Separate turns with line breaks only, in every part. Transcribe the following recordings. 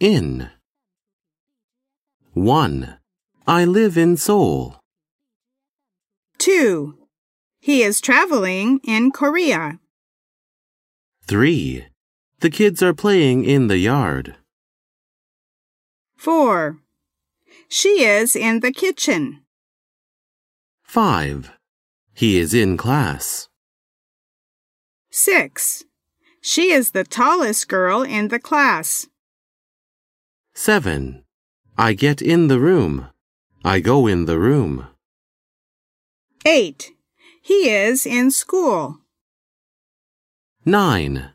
In. 1. I live in Seoul.
2. He is traveling in Korea.
3. The kids are playing in the yard.
4. She is in the kitchen.
5. He is in class.
6. She is the tallest girl in the class.
7. I get in the room. I go in the room.
8. He is in school.
9.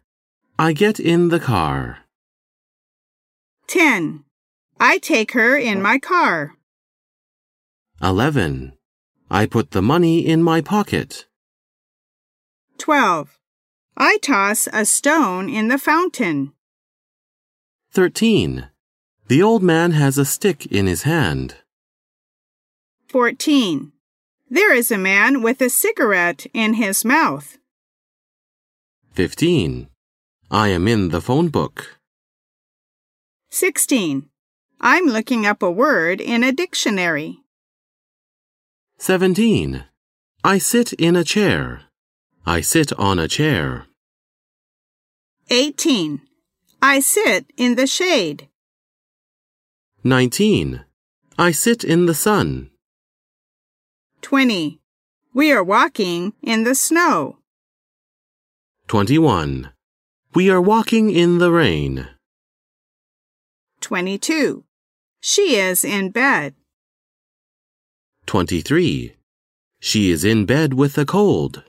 I get in the car.
10. I take her in my car.
11. I put the money in my pocket.
12. I toss a stone in the fountain.
13. The old man has a stick in his hand.
14. There is a man with a cigarette in his mouth.
15. I am in the phone book.
16. I'm looking up a word in a dictionary.
17. I sit in a chair. I sit on a chair.
18. I sit in the shade.
19. I sit in the sun.
20. We are walking in the snow.
21. We are walking in the rain.
22. She is in bed.
23. She is in bed with a cold.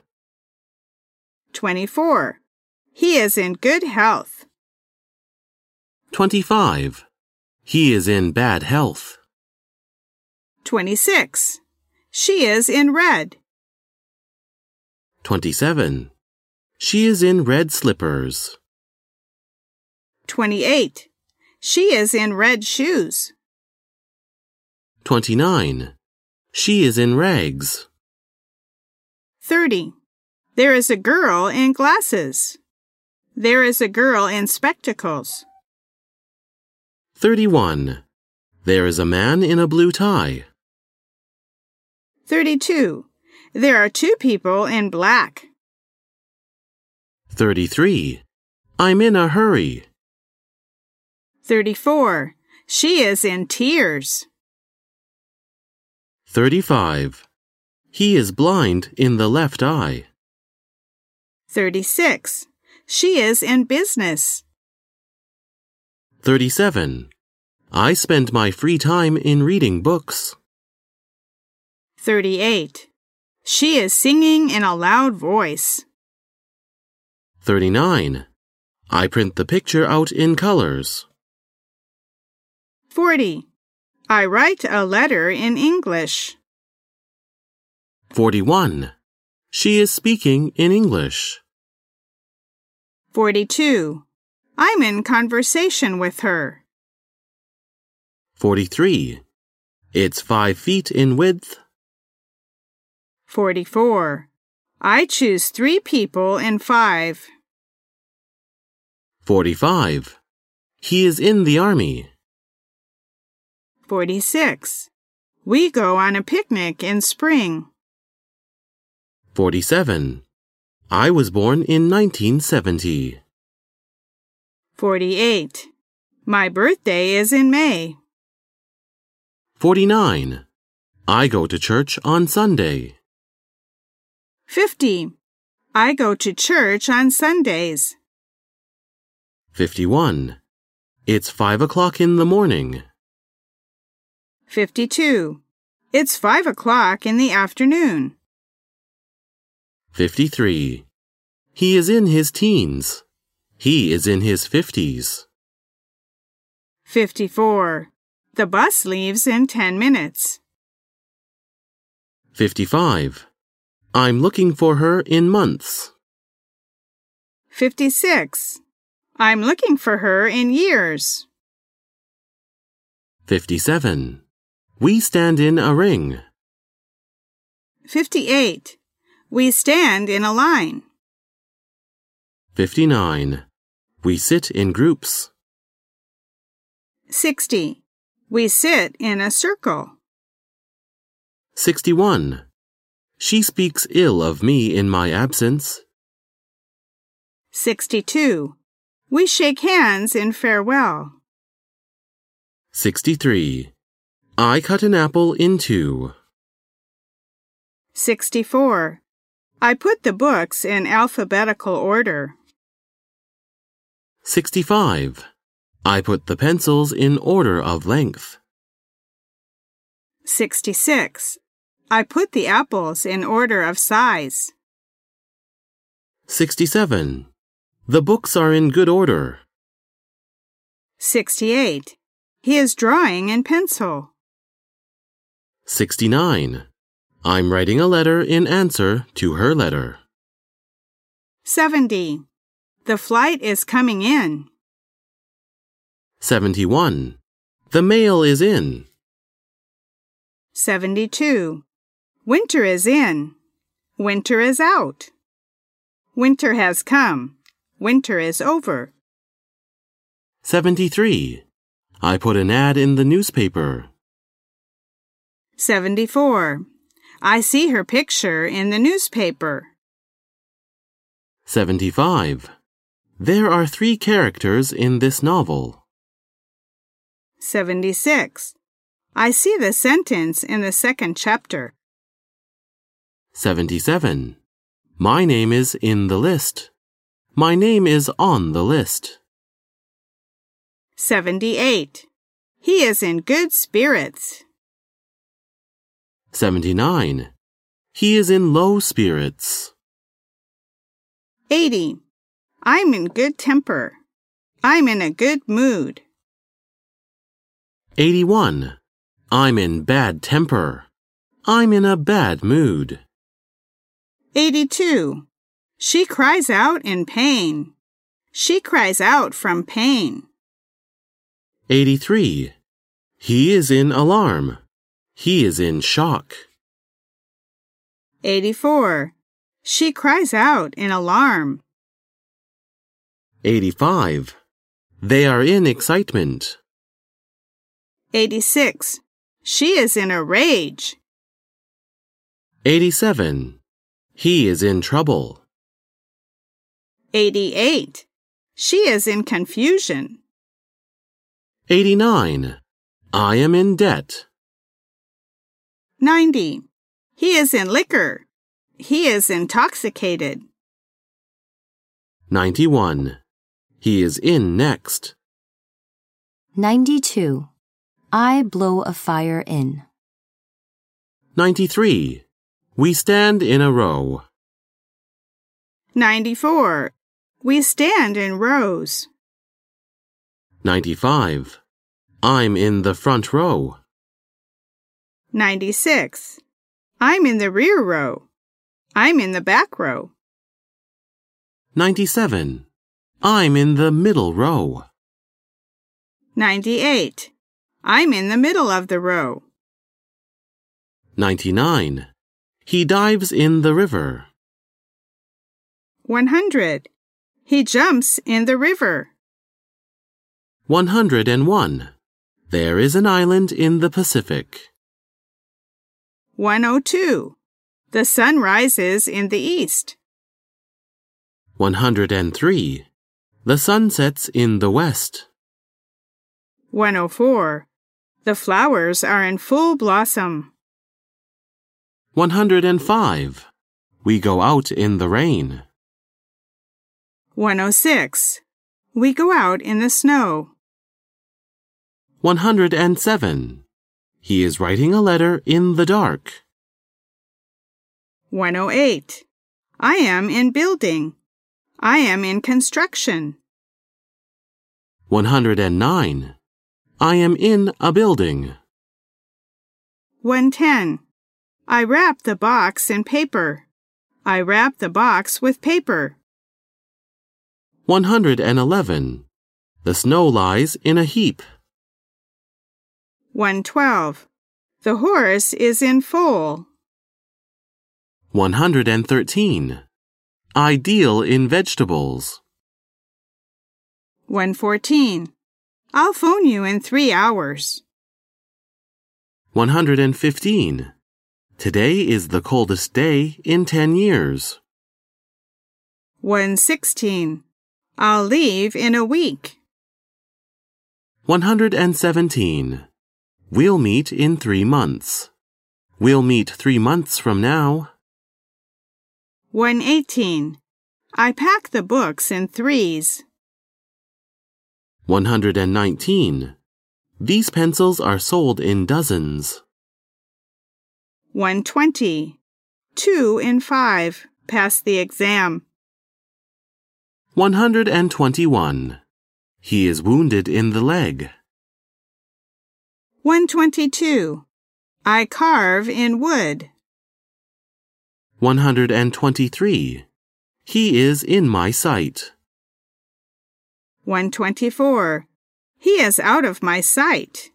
24. He is in good health.
25. He is in bad health.
26. She is in red.
27. She is in red slippers.
28. She is in red shoes.
29. She is in rags.
30. There is a girl in glasses. There is a girl in spectacles.
31. There is a man in a blue tie.
32. There are two people in black.
33. I'm in a hurry.
34. She is in tears.
35. He is blind in the left eye.
36. She is in business.
37. I spend my free time in reading books.
38. She is singing in a loud voice.
39. I print the picture out in colors.
40. I write a letter in English.
41. She is speaking in English.
42. I'm in conversation with her.
43. It's five feet in width.
44. I choose three people in five.
45. He is in the army.
46. We go on a picnic in spring.
47. I was born in 1970.
48. My birthday is in May.
49. I go to church on Sunday.
50. I go to church on Sundays.
51. It's 5 o'clock in the morning.
52. It's 5 o'clock in the afternoon.
53. He is in his teens. He is in his 50s.
54. The bus leaves in 10 minutes.
55. I'm looking for her in months.
56. I'm looking for her in years.
57. We stand in a ring.
58. We stand in a line.
59. We sit in groups.
60. We sit in a circle.
61. She speaks ill of me in my absence.
62. We shake hands in farewell.
63. I cut an apple in two.
64. I put the books in alphabetical order.
65. I put the pencils in order of length.
66. I put the apples in order of size.
67. The books are in good order.
68. He is drawing in pencil.
69. I'm writing a letter in answer to her letter.
70. The flight is coming in.
71. The mail is in.
72. Winter is in. Winter is out. Winter has come. Winter is over.
73. I put an ad in the newspaper.
74. I see her picture in the newspaper.
75. There are three characters in this novel.
76. I see the sentence in the second chapter.
77. My name is in the list. My name is on the list.
78. He is in good spirits.
79. He is in low spirits.
80. I'm in good temper. I'm in a good mood.
81. I'm in bad temper. I'm in a bad mood.
82. She cries out in pain. She cries out from pain.
83. He is in alarm. He is in shock.
84. She cries out in alarm.
85. They are in excitement.
86. She is in a rage.
87. He is in trouble.
88. She is in confusion.
89. I am in debt.
90. He is in liquor. He is intoxicated.
91. He is in next.
92. I blow a fire in.
93. We stand in a row.
94. We stand in rows.
95. I'm in the front row.
96. I'm in the rear row. I'm in the back row.
97. I'm in the middle row.
98. I'm in the middle of the row.
99. He dives in the river.
100. He jumps in the river.
101. There is an island in the Pacific.
102. The sun rises in the east.
103. The sun sets in the west.
104. The flowers are in full blossom.
105. We go out in the rain.
106. We go out in the snow.
107. He is writing a letter in the dark.
108. I am in building. I am in construction.
109. I am in a building.
110. I wrap the box in paper. I wrap the box with paper.
111. The snow lies in a heap.
112. The horse is in foal.
113. I deal in vegetables.
114. I'll phone you in three hours.
115. Today is the coldest day in 10 years.
116. I'll leave in a week.
117. We'll meet in three months. We'll meet three months from now.
118. I pack the books in threes.
119. These pencils are sold in dozens.
120. Two in five pass the exam.
121. He is wounded in the leg.
122. I carve in wood.
123. He is in my sight.
124. He is out of my sight.